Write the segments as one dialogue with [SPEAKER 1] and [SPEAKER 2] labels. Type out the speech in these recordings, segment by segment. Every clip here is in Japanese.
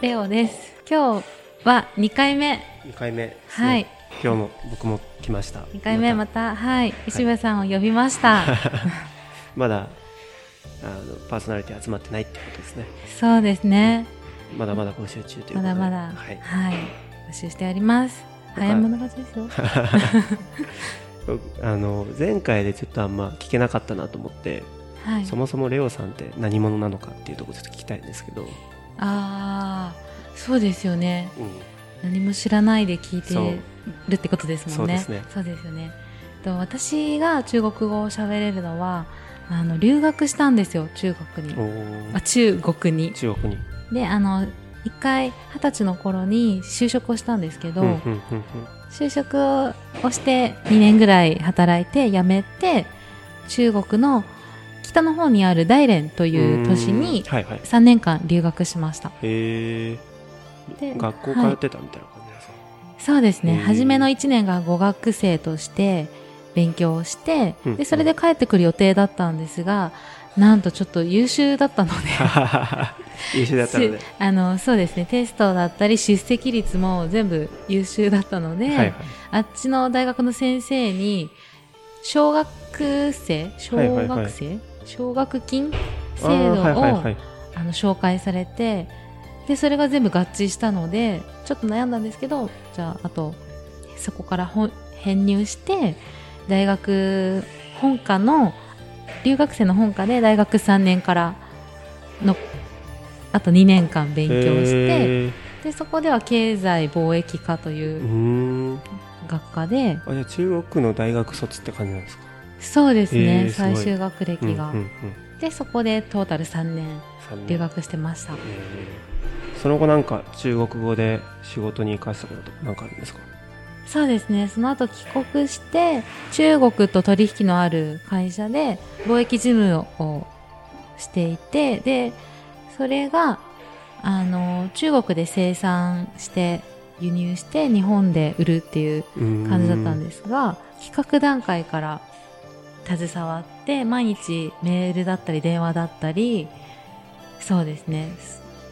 [SPEAKER 1] レオです。今日は2回目、
[SPEAKER 2] 2回目ですね、
[SPEAKER 1] はい
[SPEAKER 2] 今日も僕も来ました
[SPEAKER 1] 2回目ま
[SPEAKER 2] また
[SPEAKER 1] た、はい、石部さんを呼びました。
[SPEAKER 2] まだあのパーソナリティ集まってないってことですね
[SPEAKER 1] そうですね。
[SPEAKER 2] まだまだ募集中 ということで
[SPEAKER 1] まだまだ、
[SPEAKER 2] はい、
[SPEAKER 1] はい、募集しております。
[SPEAKER 2] なんか
[SPEAKER 1] 早い者勝ちですよ。
[SPEAKER 2] 僕あの前回でちょっとあんま聞けなかったなと思って、
[SPEAKER 1] はい。
[SPEAKER 2] そもそもレオさんって何者なのかっていうところちょっと聞きたいんですけど、
[SPEAKER 1] ああ、そうですよね。
[SPEAKER 2] う
[SPEAKER 1] 何も知らないで聞い
[SPEAKER 2] そう
[SPEAKER 1] てるってことですもんね。
[SPEAKER 2] そうですね
[SPEAKER 1] そうですよね。と私が中国語を喋れるのは、あの留学したんですよ、中国に
[SPEAKER 2] ん、。お
[SPEAKER 1] あ
[SPEAKER 2] ー
[SPEAKER 1] 中国に。
[SPEAKER 2] 中国に
[SPEAKER 1] であの一回二十歳の頃に就職をしたんですけど、
[SPEAKER 2] うんうんうんうん
[SPEAKER 1] 就職をして2年ぐらい働いて辞めて中国の北の方にある大連という都市
[SPEAKER 2] う
[SPEAKER 1] に
[SPEAKER 2] ーんはいはい
[SPEAKER 1] 3年間留学しました
[SPEAKER 2] へえ
[SPEAKER 1] で
[SPEAKER 2] 学校通
[SPEAKER 1] はい
[SPEAKER 2] ってたみたいな感じなんですか、
[SPEAKER 1] そうですね
[SPEAKER 2] へー
[SPEAKER 1] 初めの1年が語学生として勉強をして
[SPEAKER 2] うん
[SPEAKER 1] でそれで帰ってくる予定だったんですがなんとちょっと優秀だったので
[SPEAKER 2] 優秀だったので、
[SPEAKER 1] あのそうですねテストだったり出席率も全部優秀だったので、
[SPEAKER 2] はいはい
[SPEAKER 1] あっちの大学の先生に小学生小学生、
[SPEAKER 2] はいはいはい
[SPEAKER 1] 奨学金制
[SPEAKER 2] あー
[SPEAKER 1] 度を
[SPEAKER 2] はい
[SPEAKER 1] あ、
[SPEAKER 2] はいはい
[SPEAKER 1] の紹介されてでそれが全部合致したのでちょっと悩んだんですけどじゃああとそこから本編入して大学本科の留学生の本科で大学3年からのあと2年間勉強して
[SPEAKER 2] へー
[SPEAKER 1] でそこでは経済貿易科というう
[SPEAKER 2] ーん
[SPEAKER 1] 学科で
[SPEAKER 2] あじゃあ中国の大学卒って感じなんですか
[SPEAKER 1] そうです
[SPEAKER 2] へ
[SPEAKER 1] ね、
[SPEAKER 2] ーすごい
[SPEAKER 1] 最終学歴が、
[SPEAKER 2] うんうんうん、
[SPEAKER 1] でそこでトータル3年
[SPEAKER 2] 三年
[SPEAKER 1] 留学してました、
[SPEAKER 2] えーその後なんか中国語で仕事に生かしたこととかなんかあるんですか
[SPEAKER 1] そうですねその後帰国して中国と取引のある会社で貿易事務をしていてでそれがあの中国で生産して輸入して日本で売るっていう感
[SPEAKER 2] 感
[SPEAKER 1] じだったんですが企画段階から携わって毎日メールだったり電話だったりそうですね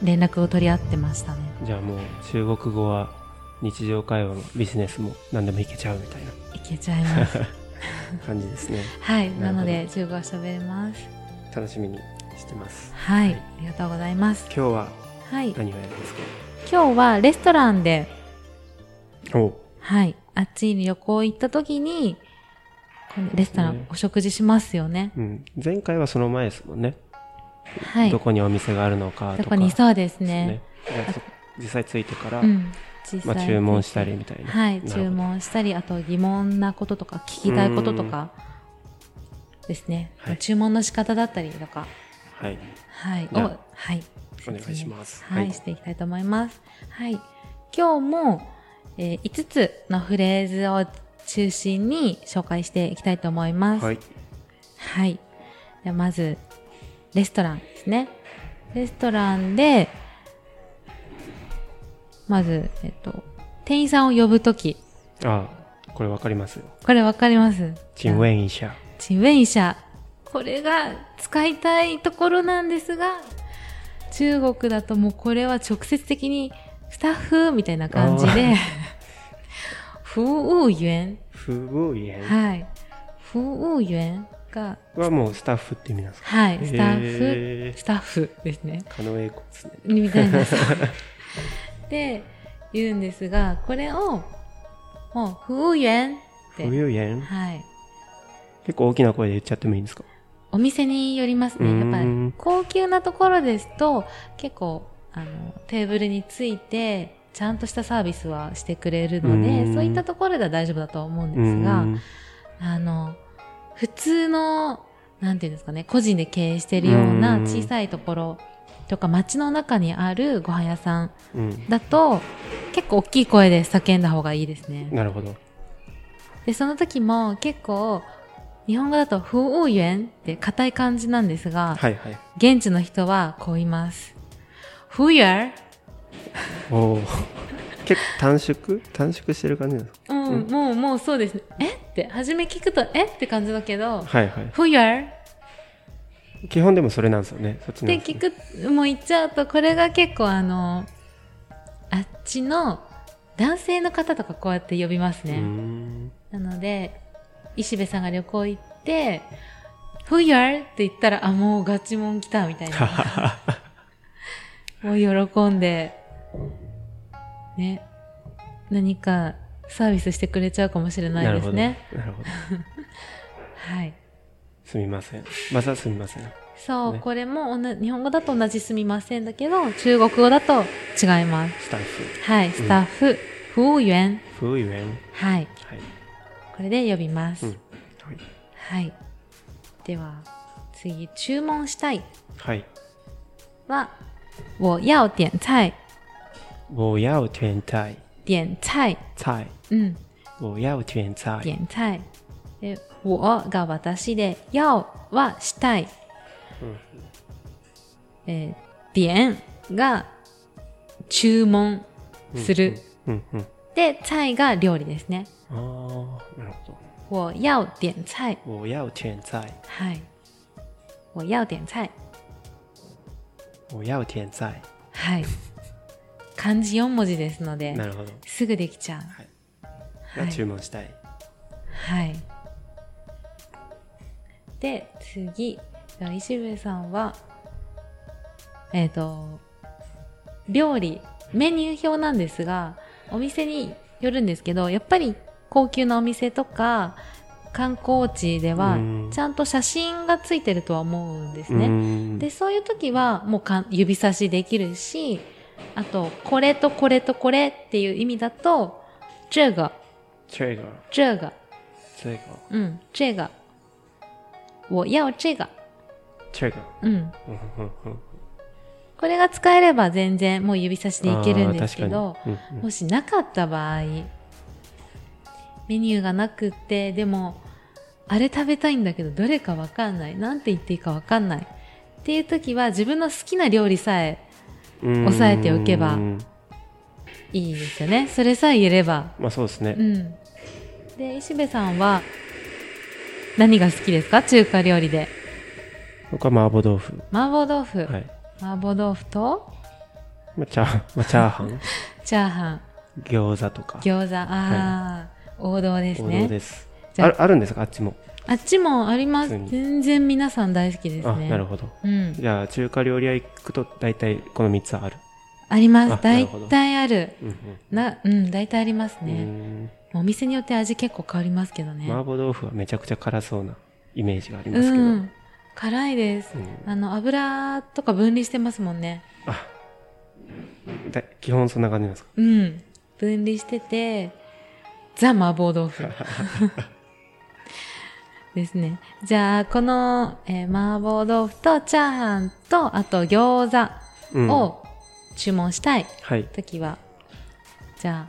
[SPEAKER 1] 連絡を取り合ってましたね
[SPEAKER 2] じゃあもう中国語は日常会話もビジネスも何でもいけちゃうみたい
[SPEAKER 1] いけちゃいます
[SPEAKER 2] な感 じですね
[SPEAKER 1] はい
[SPEAKER 2] な
[SPEAKER 1] な
[SPEAKER 2] るほど
[SPEAKER 1] ので中国語喋れます
[SPEAKER 2] 楽しみにしてます
[SPEAKER 1] はい、
[SPEAKER 2] はい
[SPEAKER 1] ありがとうございます
[SPEAKER 2] 今日は
[SPEAKER 1] はい
[SPEAKER 2] 何をやるんですか
[SPEAKER 1] 今日はレストランで
[SPEAKER 2] お
[SPEAKER 1] はいあっちに旅行行った時にこのレストラン、
[SPEAKER 2] ね
[SPEAKER 1] お食事しますよね
[SPEAKER 2] うん、前回はその前ですもんね、
[SPEAKER 1] はい
[SPEAKER 2] ど
[SPEAKER 1] どこ
[SPEAKER 2] こにお店があるのかとか
[SPEAKER 1] にそうです
[SPEAKER 2] です
[SPEAKER 1] ね
[SPEAKER 2] でそ実際着いてから、
[SPEAKER 1] うん実
[SPEAKER 2] まあ、
[SPEAKER 1] 際
[SPEAKER 2] 注文したりみたいな、
[SPEAKER 1] はい、
[SPEAKER 2] なるほど
[SPEAKER 1] 注文したり、あと疑問なこととか、聞きたいこととかですね。
[SPEAKER 2] はい
[SPEAKER 1] 注文の仕方だったりとか、
[SPEAKER 2] はい、
[SPEAKER 1] はい、
[SPEAKER 2] じゃあ
[SPEAKER 1] を、はい、
[SPEAKER 2] お願いします
[SPEAKER 1] 説明はい、
[SPEAKER 2] はい
[SPEAKER 1] していきたいと思います。はい、今日も、えー5つのフレーズを中心に紹介していきたいと思います。
[SPEAKER 2] はい、
[SPEAKER 1] はい。ではまず、レストランですね。レストランで、まず、えっと、店員さんを呼ぶとき、
[SPEAKER 2] ああこれわかりますよ
[SPEAKER 1] これわかります
[SPEAKER 2] チンウェンイシャ
[SPEAKER 1] チンウェイ社。これが使いたいところなんですが、中国だともうこれは直接的にスタッフみたいな感じで、 服務員。
[SPEAKER 2] 不務員
[SPEAKER 1] はい。服務員が、
[SPEAKER 2] はもうスタッフって意味なんですか
[SPEAKER 1] はい、スタッフ、
[SPEAKER 2] へー
[SPEAKER 1] スタッフですね。
[SPEAKER 2] 狩野英孝ですね
[SPEAKER 1] みたい な。で、言うんですが、これを、もう、服務員っ
[SPEAKER 2] 不
[SPEAKER 1] て、
[SPEAKER 2] 務員
[SPEAKER 1] はい。
[SPEAKER 2] 結構大きな声で言っちゃってもいいんですか
[SPEAKER 1] お店によりますね。やっぱ
[SPEAKER 2] う
[SPEAKER 1] り
[SPEAKER 2] ん
[SPEAKER 1] 高級なところですと結構あのテーブルについてちゃんとしたサービスはしてくれるので、
[SPEAKER 2] うん
[SPEAKER 1] そういったところでは大丈夫だと思うん
[SPEAKER 2] う
[SPEAKER 1] ですが、
[SPEAKER 2] ん
[SPEAKER 1] あの普通のなんていうんですかね個人で経営しているような
[SPEAKER 2] うん
[SPEAKER 1] 小さいところとか街の中にあるご飯屋さん
[SPEAKER 2] うん
[SPEAKER 1] だと結構大きい声で叫んだ方がいいですね。
[SPEAKER 2] なるほど
[SPEAKER 1] で、その時も結構日本語だと不応援って硬い感じなんですが、
[SPEAKER 2] はいはい
[SPEAKER 1] 現地の人はこう言います。Who you are?
[SPEAKER 2] おお結構短縮短縮してる感じなんですか
[SPEAKER 1] うん、
[SPEAKER 2] うん
[SPEAKER 1] もう、もうそうですね。えって、初め聞くと、えって感じだけど、
[SPEAKER 2] はいはい
[SPEAKER 1] Who you are? っ
[SPEAKER 2] 基本でもそれなんですよねそっちなん
[SPEAKER 1] て
[SPEAKER 2] ですね
[SPEAKER 1] 聞く、もう言っちゃうと、これが結構あの、あっちの男性の方とかこうやって呼びます
[SPEAKER 2] うー
[SPEAKER 1] ね。
[SPEAKER 2] ん
[SPEAKER 1] なので、石部さんが旅行行って、Who you are? って言ったら、あ、もうガチモン来たみたいな。 もう喜んで、ね、何かサービスしてくれちゃうかもしれない
[SPEAKER 2] なる
[SPEAKER 1] で
[SPEAKER 2] ほ
[SPEAKER 1] す
[SPEAKER 2] ど。
[SPEAKER 1] ね。
[SPEAKER 2] なるほど。
[SPEAKER 1] はい。
[SPEAKER 2] すみません。またすみません。
[SPEAKER 1] そう、
[SPEAKER 2] ね
[SPEAKER 1] これもおな日本語だと同じすみませんだけど、中国語だと違います。
[SPEAKER 2] スタッフ。
[SPEAKER 1] はい、スタッフ、服務員。
[SPEAKER 2] 服务員。
[SPEAKER 1] はい、
[SPEAKER 2] はい。
[SPEAKER 1] これで呼びます。
[SPEAKER 2] うん。はい。
[SPEAKER 1] はい。では、次、注文したい
[SPEAKER 2] はい。
[SPEAKER 1] は、我要点菜、
[SPEAKER 2] 我要天菜。
[SPEAKER 1] 点菜。
[SPEAKER 2] 菜。
[SPEAKER 1] うん、
[SPEAKER 2] 我要天菜。
[SPEAKER 1] 点菜。で、我が私で、要はしたい。
[SPEAKER 2] うん
[SPEAKER 1] えー、点が注文する。
[SPEAKER 2] うんうん。
[SPEAKER 1] で、菜が料理ですね。
[SPEAKER 2] ああ、なるほ
[SPEAKER 1] 我要点菜。
[SPEAKER 2] ど。我要天菜。
[SPEAKER 1] はい。我要点菜。
[SPEAKER 2] 我要天菜。
[SPEAKER 1] はい。 漢字4文字ですので、
[SPEAKER 2] なるほど。
[SPEAKER 1] すぐできちゃう。
[SPEAKER 2] はい。
[SPEAKER 1] は
[SPEAKER 2] が
[SPEAKER 1] い
[SPEAKER 2] 注文したい。
[SPEAKER 1] はい。で、次。じゃあ石部さんは、えっ、と、料理、メニュー表なんですが、お店によるんですけど、やっぱり高級なお店とか、観光地では
[SPEAKER 2] うん、
[SPEAKER 1] ちゃんと写真がついてるとは思うんです
[SPEAKER 2] うー
[SPEAKER 1] ね。
[SPEAKER 2] ん
[SPEAKER 1] で、そういう時は、もうかん指差しできるし、あと、これとこれとこれっていう意味だと、这个、
[SPEAKER 2] 这个、
[SPEAKER 1] 这个、
[SPEAKER 2] 这个、
[SPEAKER 1] 嗯，这个，我要这个。
[SPEAKER 2] 这个。
[SPEAKER 1] うん。
[SPEAKER 2] うんうんうん
[SPEAKER 1] これが使えれば全然もう指差しでいけるんですけ
[SPEAKER 2] あー
[SPEAKER 1] ど
[SPEAKER 2] 確、かにうんうん
[SPEAKER 1] もしなかった場合、メニューがなくって、でも、あれ食べたいんだけど、どれかわかんない。なんて言っていいかわかんない。っていう時は、自分の好きな料理さえ押さえておけば
[SPEAKER 2] うーん
[SPEAKER 1] いいですよね。それさえ言えれば。
[SPEAKER 2] まあそうです
[SPEAKER 1] う
[SPEAKER 2] ね。
[SPEAKER 1] ん。で、石部さんは、何が好きですか中華料理で。
[SPEAKER 2] 僕は麻婆豆腐。
[SPEAKER 1] 麻婆豆腐。
[SPEAKER 2] はい。
[SPEAKER 1] 麻婆豆腐と
[SPEAKER 2] まあチャ ーまあチャーハン、
[SPEAKER 1] チャーハン
[SPEAKER 2] 餃子とか。
[SPEAKER 1] 餃子ああ、王道です
[SPEAKER 2] 王
[SPEAKER 1] ね
[SPEAKER 2] 道です。
[SPEAKER 1] じゃ
[SPEAKER 2] あ
[SPEAKER 1] あ
[SPEAKER 2] るあるんですかあっちも。
[SPEAKER 1] あっちもあります
[SPEAKER 2] 普通に
[SPEAKER 1] 全然皆さん大好きですね
[SPEAKER 2] あ、なるほど。
[SPEAKER 1] うん、
[SPEAKER 2] じゃあ中華料理屋行くと大体この3つはある。
[SPEAKER 1] ありま
[SPEAKER 2] あ
[SPEAKER 1] す
[SPEAKER 2] なる
[SPEAKER 1] 大
[SPEAKER 2] ほど
[SPEAKER 1] 体ある
[SPEAKER 2] うん
[SPEAKER 1] なうん大体あります
[SPEAKER 2] うん。
[SPEAKER 1] ね、
[SPEAKER 2] う
[SPEAKER 1] お店によって味結構変わりますけど
[SPEAKER 2] ー
[SPEAKER 1] ね
[SPEAKER 2] ん麻婆豆腐はめちゃくちゃ辛そうなイメージがありま
[SPEAKER 1] う
[SPEAKER 2] すけど。
[SPEAKER 1] ん辛いです、
[SPEAKER 2] うん
[SPEAKER 1] あの油とか分離してますもんね
[SPEAKER 2] あだ基本そんな感じなんですか
[SPEAKER 1] うん分離しててザ麻婆豆 腐ですねじゃあこの、えー麻婆豆腐とチャーハンとあと餃
[SPEAKER 2] う
[SPEAKER 1] 子
[SPEAKER 2] ん
[SPEAKER 1] を注文したい
[SPEAKER 2] はい。
[SPEAKER 1] 時は、じゃあ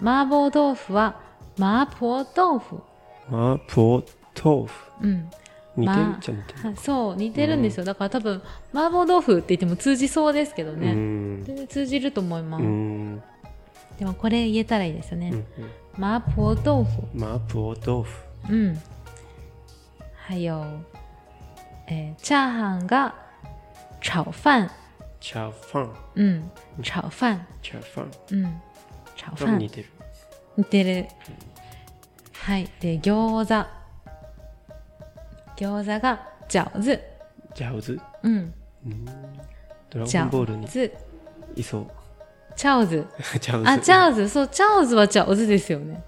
[SPEAKER 1] 麻婆豆腐は麻婆豆腐
[SPEAKER 2] 麻婆豆腐。
[SPEAKER 1] うん
[SPEAKER 2] 似てるっちゃ似てる。
[SPEAKER 1] はそう似てるんですよ、だから多分麻婆豆腐って言っても通じそうですけど
[SPEAKER 2] うー
[SPEAKER 1] ね、
[SPEAKER 2] ん。
[SPEAKER 1] 全然通じると思いま
[SPEAKER 2] う
[SPEAKER 1] す、
[SPEAKER 2] ーん。
[SPEAKER 1] でもこれ言えたらいいですよね、
[SPEAKER 2] うん
[SPEAKER 1] 麻婆豆腐
[SPEAKER 2] うん麻婆豆腐。
[SPEAKER 1] 嗯，还有，诶，チャーハンが炒饭，
[SPEAKER 2] チャーファン。
[SPEAKER 1] 嗯，炒饭，
[SPEAKER 2] チャーファン。
[SPEAKER 1] 嗯，炒
[SPEAKER 2] 多分
[SPEAKER 1] 饭
[SPEAKER 2] 似てる。
[SPEAKER 1] 似てる。はい、で餃子、餃子が餃子、
[SPEAKER 2] ジャウズ。
[SPEAKER 1] 嗯，
[SPEAKER 2] ドラゴンボール
[SPEAKER 1] 餃
[SPEAKER 2] に
[SPEAKER 1] 子、
[SPEAKER 2] いそう。
[SPEAKER 1] 饺子。
[SPEAKER 2] チ ャウズ。
[SPEAKER 1] あ、
[SPEAKER 2] あ
[SPEAKER 1] 餃子、そう、餃子は餃子ですよね。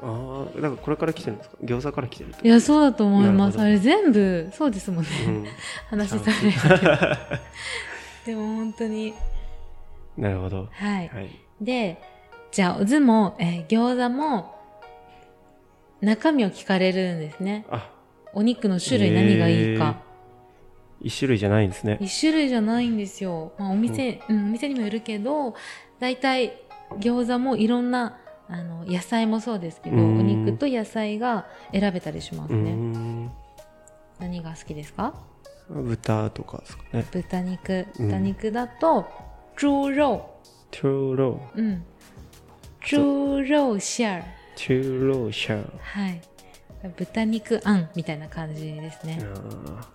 [SPEAKER 2] あー、だからこれから来てるんですか餃子から来てるって
[SPEAKER 1] いや、そうだと思います。
[SPEAKER 2] な
[SPEAKER 1] あれ全部、そうですもんね。
[SPEAKER 2] うん。
[SPEAKER 1] 話されるけど。 でも本当に、
[SPEAKER 2] なるほど。
[SPEAKER 1] はい。
[SPEAKER 2] はい。
[SPEAKER 1] で、じゃあ、ずも、えー餃子も、中身を聞かれるんですね。
[SPEAKER 2] あ、
[SPEAKER 1] お肉の種類何がいいか。
[SPEAKER 2] 一種類じゃないんですね。
[SPEAKER 1] 一種類じゃないんですよ。まあ、お店、うん、お店にもよるけど、だいたい餃子もいろんな、あの、野菜もそうですけど、
[SPEAKER 2] う
[SPEAKER 1] お
[SPEAKER 2] ん
[SPEAKER 1] 肉と野菜が選べたりしま
[SPEAKER 2] う
[SPEAKER 1] す
[SPEAKER 2] ー
[SPEAKER 1] ね。
[SPEAKER 2] ん。
[SPEAKER 1] 何が好きですか
[SPEAKER 2] 豚とかですかね。
[SPEAKER 1] 豚肉。
[SPEAKER 2] うん
[SPEAKER 1] 豚肉だと、猪肉。
[SPEAKER 2] トゥーロー。
[SPEAKER 1] うん。猪肉馅儿。
[SPEAKER 2] トゥーローシャー。
[SPEAKER 1] はい。豚肉あんみたいな感じですね。
[SPEAKER 2] あー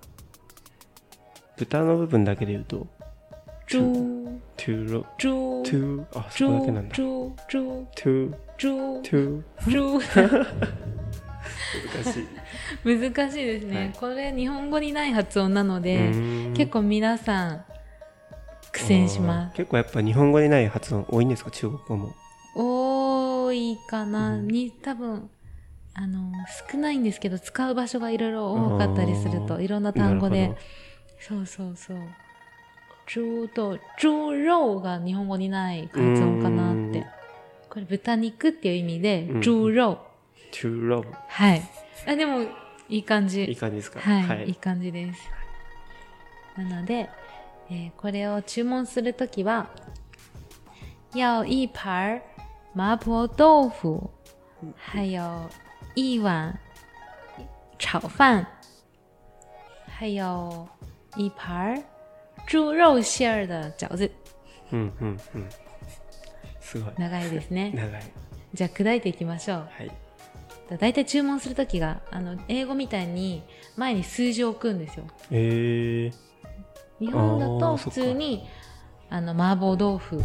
[SPEAKER 2] 豚の部分だけで言うと、
[SPEAKER 1] 猪猪
[SPEAKER 2] ゥロ
[SPEAKER 1] 猪
[SPEAKER 2] トゥあそこだけなんだトゥ
[SPEAKER 1] 猪猪猪
[SPEAKER 2] トゥ
[SPEAKER 1] 猪
[SPEAKER 2] 難し い
[SPEAKER 1] 難しいですね、
[SPEAKER 2] はい
[SPEAKER 1] これ日本語にない発音なの
[SPEAKER 2] う
[SPEAKER 1] で、
[SPEAKER 2] ーん
[SPEAKER 1] 結構皆さん苦戦しま
[SPEAKER 2] あー
[SPEAKER 1] す
[SPEAKER 2] 結構やっぱ日本語にない発音多いんですか中国語も
[SPEAKER 1] 多いかな、
[SPEAKER 2] うん
[SPEAKER 1] に多分あの少ないんですけど使う場所がいろいろ多かったりする
[SPEAKER 2] あ
[SPEAKER 1] と
[SPEAKER 2] ー
[SPEAKER 1] いろんな単語
[SPEAKER 2] な
[SPEAKER 1] で
[SPEAKER 2] るほ
[SPEAKER 1] そうそうそう猪と猪肉が日本語にない発音かなっ
[SPEAKER 2] うーん
[SPEAKER 1] てこれ豚肉っていう意味で
[SPEAKER 2] うん
[SPEAKER 1] 猪肉、
[SPEAKER 2] どトゥロ
[SPEAKER 1] はいあでもいい感じ
[SPEAKER 2] いい感じですか
[SPEAKER 1] はい、い、い感じです。なので、えーこれを注文するときは、要一盘麻婆豆腐、还有一碗炒饭，还有一盘猪肉馅儿的饺子。
[SPEAKER 2] うんうんうんすごい
[SPEAKER 1] 長いです ね。
[SPEAKER 2] 長い
[SPEAKER 1] じゃあ砕いていきましょう。
[SPEAKER 2] はい
[SPEAKER 1] だいたい注文するときが、あの、英語みたいに前に数字を置くんですよ。
[SPEAKER 2] えー
[SPEAKER 1] 日本だ
[SPEAKER 2] あ
[SPEAKER 1] と
[SPEAKER 2] ー
[SPEAKER 1] 普通にあの麻婆豆腐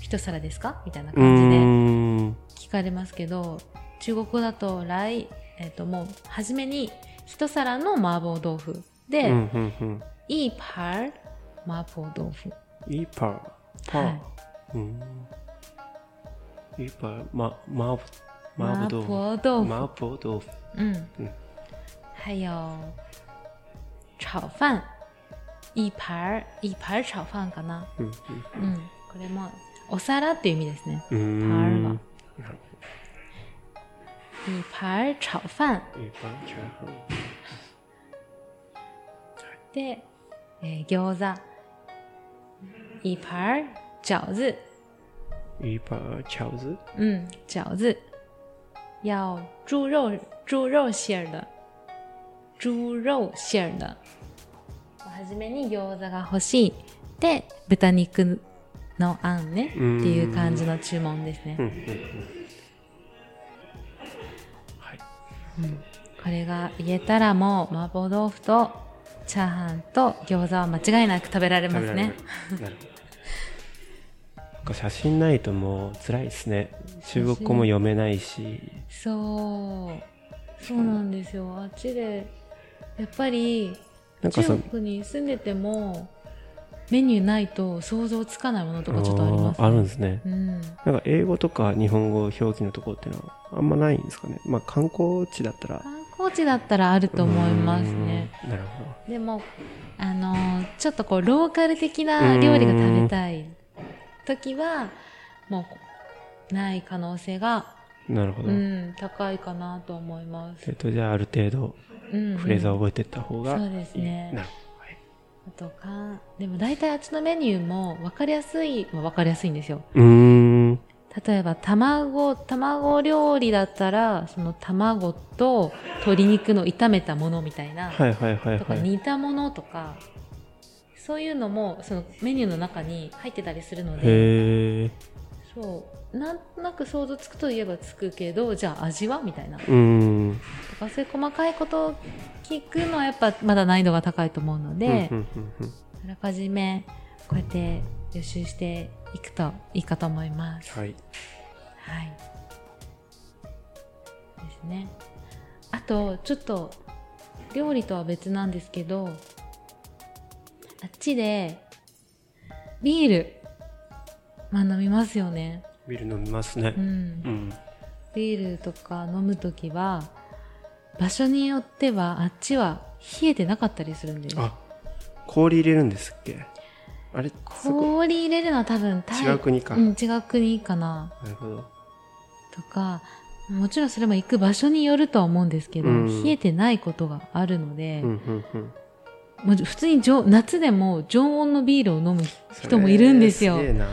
[SPEAKER 1] 一皿ですかみたいな
[SPEAKER 2] うー
[SPEAKER 1] 感
[SPEAKER 2] ん
[SPEAKER 1] じで聞かれますけど中国語だと来、えっともう初めに一皿の麻婆豆腐
[SPEAKER 2] うん
[SPEAKER 1] で、
[SPEAKER 2] うんうん
[SPEAKER 1] いいパー麻婆豆腐
[SPEAKER 2] いいパーパ
[SPEAKER 1] は
[SPEAKER 2] ー
[SPEAKER 1] い
[SPEAKER 2] うんいいパーまマーブマーブ豆腐
[SPEAKER 1] 麻婆豆腐
[SPEAKER 2] 麻婆豆腐
[SPEAKER 1] うん、
[SPEAKER 2] うん
[SPEAKER 1] 还有炒饭一盘儿一盘儿炒饭かな、
[SPEAKER 2] うん
[SPEAKER 1] うん、これもお皿っていう意味ですね
[SPEAKER 2] うんうーん
[SPEAKER 1] パーが
[SPEAKER 2] なる
[SPEAKER 1] 一盘儿炒饭
[SPEAKER 2] ほどいいパーチャー
[SPEAKER 1] で、えー餃子一盘儿饺子
[SPEAKER 2] 一盘饺子，
[SPEAKER 1] 嗯饺子要猪肉猪肉馅儿的猪肉馅儿的初めに餃子が欲しいで豚肉のあんねって
[SPEAKER 2] うん
[SPEAKER 1] いう感じの注文ですね
[SPEAKER 2] 嗯嗯嗯，はい、
[SPEAKER 1] これが言えたらもう麻婆豆腐とチャーハンと餃子は間違いなく食べられま
[SPEAKER 2] 食べ
[SPEAKER 1] す
[SPEAKER 2] られる
[SPEAKER 1] ね。
[SPEAKER 2] なるほど。なんか写真ないともう辛いですね。中国語も読めないし、
[SPEAKER 1] そうそうなんですよあっちでやっぱり
[SPEAKER 2] なんかそ
[SPEAKER 1] 中
[SPEAKER 2] の
[SPEAKER 1] 国に住んでてもメニューないと想像つかないものとかちょっとあります
[SPEAKER 2] あーあるんですね。
[SPEAKER 1] うん
[SPEAKER 2] なんか英語とか日本語表記のところっていうのはあんまないんですかね。まあ観光地だったら
[SPEAKER 1] 観光地だったらあると思いますね。
[SPEAKER 2] うーんなるほど。
[SPEAKER 1] でもあのーちょっとこうローカル的な料理が食べたい時はもうない可能性が、
[SPEAKER 2] なるほど。
[SPEAKER 1] うん、高いかなと思います
[SPEAKER 2] えっとじゃあある程度
[SPEAKER 1] うんうん
[SPEAKER 2] フレーズを覚えていった方がいい、
[SPEAKER 1] そうですね
[SPEAKER 2] なるほど。はい
[SPEAKER 1] あとかでも大体あっちのメニューも分かりやすいは分かりやすいんですよ
[SPEAKER 2] うーん。
[SPEAKER 1] 例えば卵卵料理だったらその卵と鶏肉の炒めたものみたいな、
[SPEAKER 2] はいはいはい
[SPEAKER 1] とか
[SPEAKER 2] はい。
[SPEAKER 1] 煮たものとかそういうのもそのメニューの中に入ってたりするので
[SPEAKER 2] へえ。
[SPEAKER 1] そうなんとなく想像つくといえばつくけどじゃあ味はみたいなと
[SPEAKER 2] うーん。
[SPEAKER 1] かそういう細かいことを聞くのはやっぱまだ難易度が高いと思うので。
[SPEAKER 2] うんうんうんうん
[SPEAKER 1] あらかじめこうやって予習していくといいかと思います。はい。
[SPEAKER 2] はい。
[SPEAKER 1] ですね。あと、ちょっと料理とは別なんですけど、あっちでビール、まあ飲みますよね。
[SPEAKER 2] ビール飲みますね
[SPEAKER 1] う。ん
[SPEAKER 2] う。ん。
[SPEAKER 1] ビールとか飲むときは、場所によってはあっちは冷えてなかったりするんです。
[SPEAKER 2] あ、氷入れるんですっけ。あれ、そこ
[SPEAKER 1] 氷入れるのは多分タイ
[SPEAKER 2] 違う国か。
[SPEAKER 1] うん、違う国かな。
[SPEAKER 2] なるほど。
[SPEAKER 1] とかもちろんそれも行く場所によるとは思うんですけど、
[SPEAKER 2] うん
[SPEAKER 1] 冷えてないことがあるので
[SPEAKER 2] うん、うんうん。
[SPEAKER 1] もう普通に常夏でも常温のビールを飲む人もいるんですよ
[SPEAKER 2] そ。れすげえな。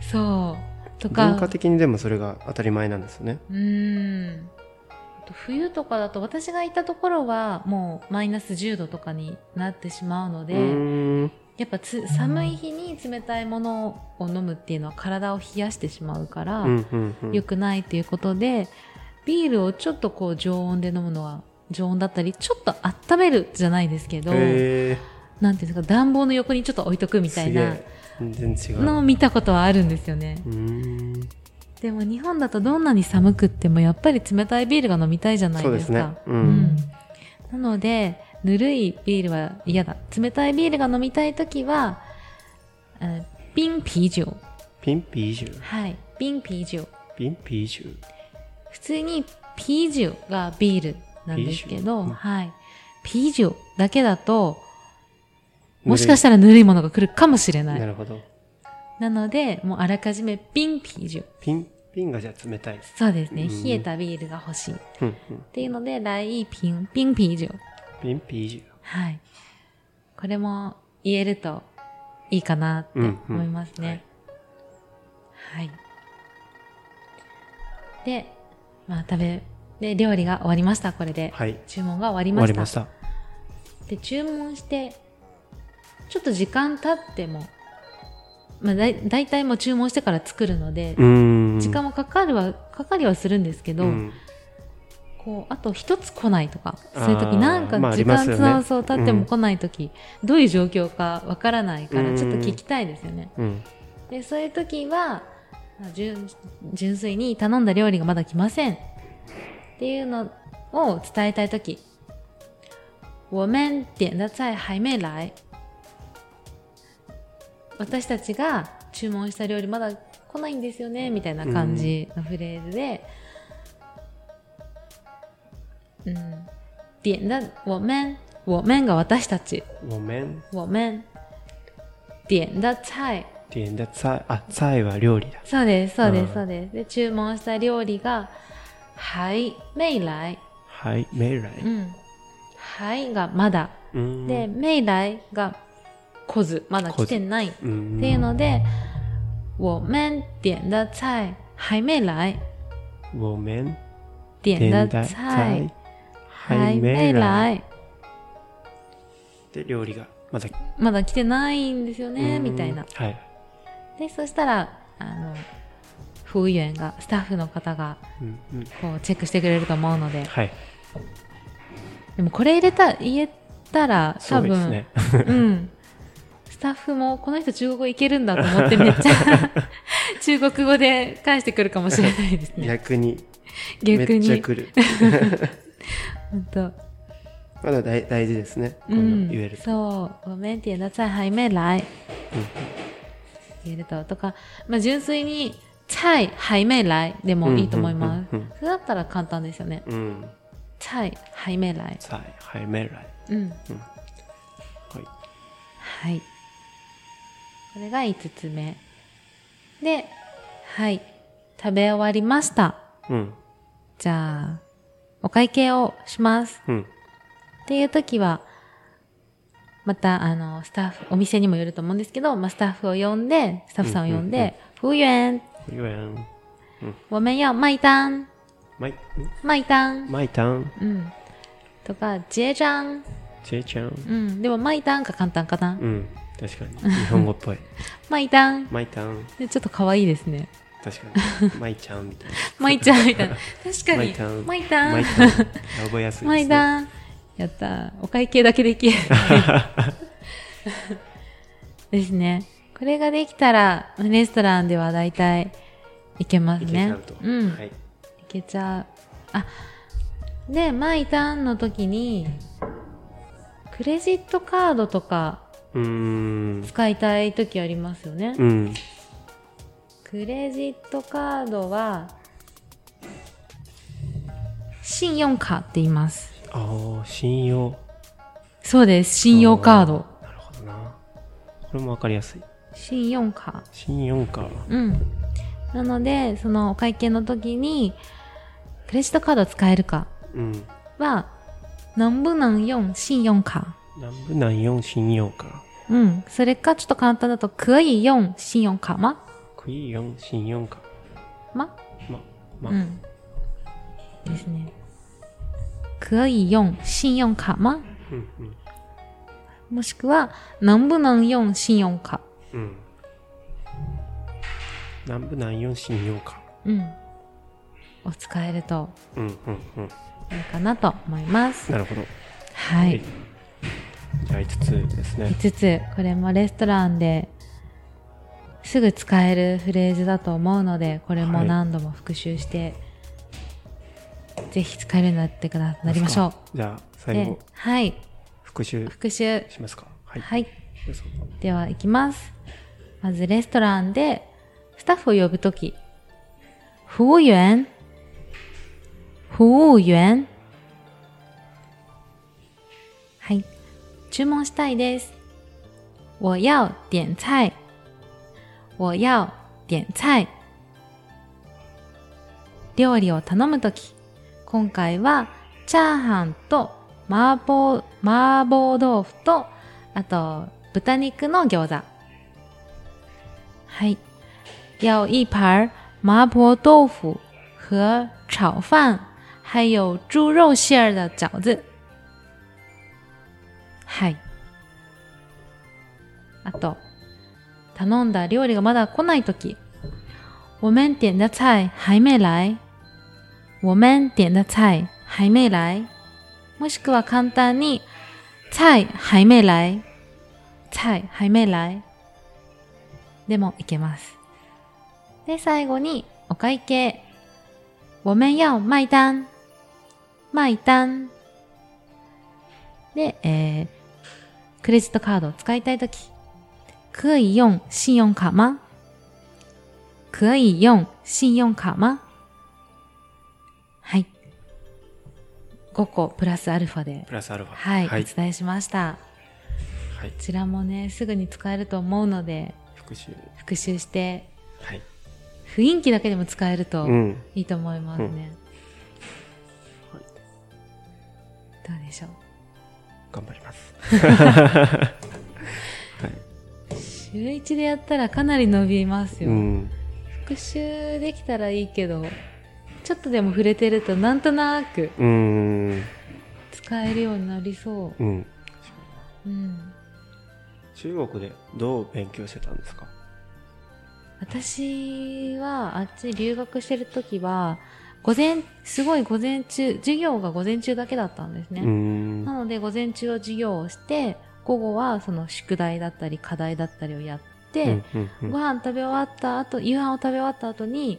[SPEAKER 1] そうと
[SPEAKER 2] 文化
[SPEAKER 1] か
[SPEAKER 2] 的にでもそれが当たり前なんですよね。
[SPEAKER 1] うーんあと冬とかだと私が行ったところはもうマイナス10度とかになってしまうの
[SPEAKER 2] う
[SPEAKER 1] で、
[SPEAKER 2] ーん。
[SPEAKER 1] やっぱつ寒い日に冷たいものを飲むっていうのは体を冷やしてしまうから、
[SPEAKER 2] うんうんうん。
[SPEAKER 1] 良くないっていうことでビールをちょっとこう常温で飲むのは常温だったりちょっと温めるじゃないですけど、
[SPEAKER 2] へえ。
[SPEAKER 1] なんていうんですか暖房の横にちょっと置いとくみたいな
[SPEAKER 2] すげえ全然違う
[SPEAKER 1] のを見たことはあるんですよね
[SPEAKER 2] うーん
[SPEAKER 1] でも日本だとどんなに寒くってもやっぱり冷たいビールが飲みたいじゃない
[SPEAKER 2] そう
[SPEAKER 1] で
[SPEAKER 2] ですす
[SPEAKER 1] か
[SPEAKER 2] ねう
[SPEAKER 1] うんんなのでぬるいビールは嫌だ冷たいビールが飲みたい時は、えー、瓶啤酒
[SPEAKER 2] ピンピージュ
[SPEAKER 1] はい瓶啤酒
[SPEAKER 2] ピンピージュ
[SPEAKER 1] 普通に啤酒がビールなんですけど、
[SPEAKER 2] 啤酒うん
[SPEAKER 1] はい啤酒だけだともしかしたらぬるいものが来るかもしれないな
[SPEAKER 2] なるほど
[SPEAKER 1] のでもうあらかじめ瓶啤酒
[SPEAKER 2] ピンピンがじゃあ冷たいです
[SPEAKER 1] そうですね、
[SPEAKER 2] うん
[SPEAKER 1] 冷えたビールが欲しいっ
[SPEAKER 2] うんうん
[SPEAKER 1] ていうので来一瓶瓶啤酒
[SPEAKER 2] ピンピージ
[SPEAKER 1] はい。これも言えるといいかなって思いますね。はい、で、まあ食べ、で、料理が終わりました、これで。
[SPEAKER 2] ュはい
[SPEAKER 1] 注文が終わり
[SPEAKER 2] 終
[SPEAKER 1] ま
[SPEAKER 2] わ
[SPEAKER 1] し
[SPEAKER 2] り
[SPEAKER 1] た。
[SPEAKER 2] ました
[SPEAKER 1] で、注文して、ちょっと時間経っても、まあだい大体もう注文してから作るので、
[SPEAKER 2] うーん
[SPEAKER 1] 時間はかかるは、かかりはするんですけど、
[SPEAKER 2] うん
[SPEAKER 1] こう、あと一つ来ないとか、
[SPEAKER 2] あー
[SPEAKER 1] そういう時なんか
[SPEAKER 2] まああり
[SPEAKER 1] 時
[SPEAKER 2] ま
[SPEAKER 1] 間
[SPEAKER 2] すよね
[SPEAKER 1] そうそう経って
[SPEAKER 2] う
[SPEAKER 1] も
[SPEAKER 2] ん
[SPEAKER 1] 来ない時、どういう状況かわからないか
[SPEAKER 2] う
[SPEAKER 1] ら、
[SPEAKER 2] ん
[SPEAKER 1] ちょっと聞きたいですよね。
[SPEAKER 2] うん
[SPEAKER 1] で、そういう時は、まあ純純粋に頼んだ料理がまだ来ません。っていうのを伝えたい時、我们点的菜还没来。私たちが注文した料理まだ来ないんですよね、みたいな感じのフレーズで、うん、点的我们我们が私たち
[SPEAKER 2] ごめん
[SPEAKER 1] 我们点的菜
[SPEAKER 2] っていうんだ菜あ菜は料理だ
[SPEAKER 1] そうですそうで
[SPEAKER 2] うん
[SPEAKER 1] すそうです、で注文した料理が「はい未来
[SPEAKER 2] はいメイライ」
[SPEAKER 1] うん「はい」がまだ
[SPEAKER 2] うーん
[SPEAKER 1] で「未来」が来ずまだ来てないっ
[SPEAKER 2] うーん
[SPEAKER 1] ていうので「我们点的菜还没来
[SPEAKER 2] ごめん」
[SPEAKER 1] 点的
[SPEAKER 2] だ
[SPEAKER 1] 菜
[SPEAKER 2] は
[SPEAKER 1] 还
[SPEAKER 2] いメ
[SPEAKER 1] 没
[SPEAKER 2] イライ
[SPEAKER 1] 来
[SPEAKER 2] で料理がまだ
[SPEAKER 1] まだ来てないんですよねみたいな
[SPEAKER 2] はい
[SPEAKER 1] でそしたらあの服務員がスタッフの方が
[SPEAKER 2] うんうん
[SPEAKER 1] こうチェックしてくれると思うので
[SPEAKER 2] はい
[SPEAKER 1] でもこれ入れた言えたら
[SPEAKER 2] そ
[SPEAKER 1] 多
[SPEAKER 2] うで
[SPEAKER 1] 分
[SPEAKER 2] すね
[SPEAKER 1] うん、スタッフもこの人中国語いけるんだと思ってめっち ゃ中国語で返してくるかもしれないです ね
[SPEAKER 2] 逆に
[SPEAKER 1] 逆
[SPEAKER 2] めっちゃ
[SPEAKER 1] に
[SPEAKER 2] 来る
[SPEAKER 1] 本当
[SPEAKER 2] まだ大大事ですねこ
[SPEAKER 1] う
[SPEAKER 2] ういうんの言えると
[SPEAKER 1] そうごめんって言うなさいはいめ来言えるととか、まあ、純粋に「菜いはいめ来」でもいいと思います、
[SPEAKER 2] うんうんうん
[SPEAKER 1] それだったら簡単ですよね
[SPEAKER 2] うん
[SPEAKER 1] 「菜いはいめ来
[SPEAKER 2] 菜はいメイライ」
[SPEAKER 1] うん
[SPEAKER 2] はい
[SPEAKER 1] はい。これが5つ目。で、はい。食べ終わりました。
[SPEAKER 2] うん
[SPEAKER 1] じゃあ、お会計をします。
[SPEAKER 2] うん
[SPEAKER 1] っていう時は、また、あの、スタッフ、お店にもよると思うんですけど、まあ、スタッフを呼んで、スタッフさんを呼ん
[SPEAKER 2] うんうんうん
[SPEAKER 1] で、服务員、
[SPEAKER 2] ゆえん
[SPEAKER 1] 我们要卖单、
[SPEAKER 2] まい
[SPEAKER 1] 卖单、
[SPEAKER 2] まいたん
[SPEAKER 1] うん。とか、结账、
[SPEAKER 2] ちえちゃん
[SPEAKER 1] うん。でも、卖单が簡単かな。
[SPEAKER 2] うん確か に日本語っぽい
[SPEAKER 1] 卖单。
[SPEAKER 2] まいたん
[SPEAKER 1] でちょっと可愛いですね。
[SPEAKER 2] 確かにまいちゃんみたいな
[SPEAKER 1] まいちゃんみたいな。確か
[SPEAKER 2] ま
[SPEAKER 1] に
[SPEAKER 2] いた。ん
[SPEAKER 1] まいた
[SPEAKER 2] ま
[SPEAKER 1] ん
[SPEAKER 2] い。たん覚えやすい
[SPEAKER 1] ま
[SPEAKER 2] で
[SPEAKER 1] い
[SPEAKER 2] すね
[SPEAKER 1] たん。やったー。お会計だけできる。 ですね。これができたら、レストランでは大体いけます
[SPEAKER 2] いけちゃ
[SPEAKER 1] ね
[SPEAKER 2] うと。
[SPEAKER 1] うん。、
[SPEAKER 2] はいい
[SPEAKER 1] けちゃう。あ、で、まいたんの時に、クレジットカードとか
[SPEAKER 2] うーん
[SPEAKER 1] 使いたい時ありますよね。
[SPEAKER 2] うん
[SPEAKER 1] クレジットカードは、信用カって言います。
[SPEAKER 2] ああ信用
[SPEAKER 1] そうです。信用カード。
[SPEAKER 2] あーなるほどなこれもわかりやすい
[SPEAKER 1] 信用カ
[SPEAKER 2] 信用か
[SPEAKER 1] うん。なので、そのお会計の時に、クレジットカード使えるか
[SPEAKER 2] うん
[SPEAKER 1] は、能不能用信用卡
[SPEAKER 2] 南部南用信用か
[SPEAKER 1] うん。それか、ちょっと簡単だと、可以用信用卡吗
[SPEAKER 2] クイヨン信用か
[SPEAKER 1] 吗
[SPEAKER 2] まま、
[SPEAKER 1] うん。ですね。可以用信用卡吗
[SPEAKER 2] うんうん
[SPEAKER 1] もしくは、能不能用信用卡
[SPEAKER 2] うん南部南用信用か
[SPEAKER 1] うん。を使えると
[SPEAKER 2] うんうんうん
[SPEAKER 1] いいかなと思います。
[SPEAKER 2] なるほど
[SPEAKER 1] は
[SPEAKER 2] はい
[SPEAKER 1] い。
[SPEAKER 2] じゃあ5つですね
[SPEAKER 1] 5つこれもレストランですぐ使えるフレーズだと思うのでこれも何度も復習して、ぜひ使えるようになってくだなりましょ
[SPEAKER 2] じゃあ
[SPEAKER 1] う
[SPEAKER 2] 最後
[SPEAKER 1] ではい
[SPEAKER 2] 復習
[SPEAKER 1] 復習
[SPEAKER 2] しますかはい、
[SPEAKER 1] はい
[SPEAKER 2] どうぞ
[SPEAKER 1] では行きますまずレストランでスタッフを呼ぶとき服務員服務員はい注文したいです我要点菜我要点菜料理を頼むとき今回はチャーハンと麻婆麻婆豆腐とあと豚肉の餃子はい要一盘麻婆豆腐和炒饭还有猪肉馅儿的饺子はいあと頼んだ料理がまだ来ないとき我们点的菜还没来我们点的菜还没来。もしくは簡単に、菜还没来。菜还没来。でもいけます。で、最後に、お会計。我们要卖单。卖单。で、えー、クレジットカードを使いたいとき。可以用信用卡吗可以用信用卡吗はい。5個プラスアルファで、
[SPEAKER 2] プラスアルファ
[SPEAKER 1] はい、
[SPEAKER 2] はい
[SPEAKER 1] お、伝えしました。
[SPEAKER 2] はい
[SPEAKER 1] こちらもね、すぐに使えると思うので、
[SPEAKER 2] 復習
[SPEAKER 1] 復習して、
[SPEAKER 2] はい
[SPEAKER 1] 雰囲気だけでも使えると
[SPEAKER 2] うん
[SPEAKER 1] いいと思いますね。どうでしょう
[SPEAKER 2] 頑張ります
[SPEAKER 1] 週1でやったらかなり伸びますよ。
[SPEAKER 2] うん
[SPEAKER 1] 復習できたらいいけど、ちょっとでも触れてるとなんとなく
[SPEAKER 2] うん
[SPEAKER 1] 使えるようになりそ
[SPEAKER 2] うん
[SPEAKER 1] う。うん。
[SPEAKER 2] 中国でどう勉強してたんですか
[SPEAKER 1] 私はあっち留学してる時は午前すごい午前中授業が午前中だけだったんです
[SPEAKER 2] う
[SPEAKER 1] ね、
[SPEAKER 2] ん
[SPEAKER 1] なので午前中は授業をして午後はその宿題だったり課題だったりをやって、
[SPEAKER 2] うんうん
[SPEAKER 1] ご飯食べ終わった後夕飯を食べ終わった後に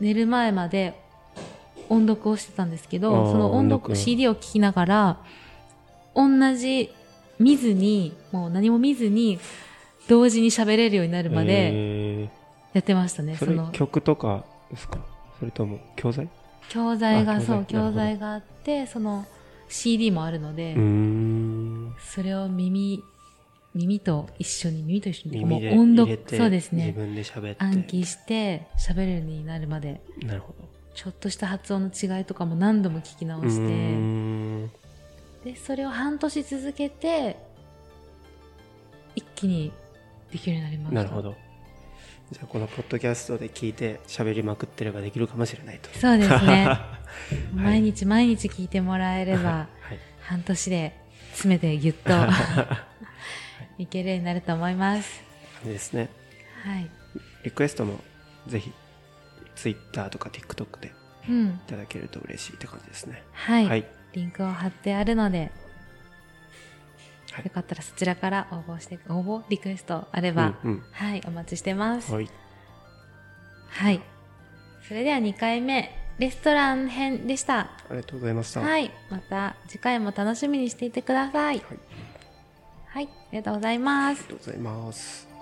[SPEAKER 1] 寝る前まで音読をしてたんですけ
[SPEAKER 2] あ
[SPEAKER 1] ど
[SPEAKER 2] ー
[SPEAKER 1] その音
[SPEAKER 2] 音
[SPEAKER 1] 読
[SPEAKER 2] 読
[SPEAKER 1] CD を聴きながら同じ見ずにもう何も見ずに同時に喋れるようになるまで、
[SPEAKER 2] え
[SPEAKER 1] やってましたね。
[SPEAKER 2] ー
[SPEAKER 1] そ
[SPEAKER 2] それ
[SPEAKER 1] の
[SPEAKER 2] 曲とかですかそれとも教材
[SPEAKER 1] 教材が
[SPEAKER 2] あ
[SPEAKER 1] そう教
[SPEAKER 2] 教材
[SPEAKER 1] 材があってその CD もあるので、
[SPEAKER 2] うん
[SPEAKER 1] それを耳耳と一緒に耳と一緒に
[SPEAKER 2] 耳で
[SPEAKER 1] もう音
[SPEAKER 2] 入れ
[SPEAKER 1] 読
[SPEAKER 2] て
[SPEAKER 1] そうです
[SPEAKER 2] 自
[SPEAKER 1] ね
[SPEAKER 2] 分で喋って
[SPEAKER 1] 暗記して喋れるようになるまで
[SPEAKER 2] なるほど
[SPEAKER 1] ちょっとした発音の違いとかも何度も聞き直
[SPEAKER 2] う
[SPEAKER 1] して
[SPEAKER 2] ん
[SPEAKER 1] でそれを半年続けて一気にできるようになりました
[SPEAKER 2] なるほどじゃあこのポッドキャストで聞いて喋りまくってればできるかもしれないと
[SPEAKER 1] そうです ね
[SPEAKER 2] は
[SPEAKER 1] 毎日毎日聞いてもらえれば
[SPEAKER 2] い
[SPEAKER 1] 半年で詰めてぎゅっと いけるようになると思います。
[SPEAKER 2] 感じですね
[SPEAKER 1] はい。
[SPEAKER 2] リクエストもぜひ Twitter とか TikTok でい
[SPEAKER 1] うん。
[SPEAKER 2] ただけると嬉しいって感じですね
[SPEAKER 1] はい。
[SPEAKER 2] はい
[SPEAKER 1] リンクを貼ってあるので、
[SPEAKER 2] はい
[SPEAKER 1] よかったらそちらから応募して、応募リクエストあれ
[SPEAKER 2] う
[SPEAKER 1] ば
[SPEAKER 2] ん、うん
[SPEAKER 1] はい、お待ちしてます。
[SPEAKER 2] はい
[SPEAKER 1] はい。それでは2回目、レストラン編でした。
[SPEAKER 2] ありがとうございました
[SPEAKER 1] はい。また次回も楽しみにしていてください。
[SPEAKER 2] はい
[SPEAKER 1] はい。ありがとうございます
[SPEAKER 2] ありが。とうございます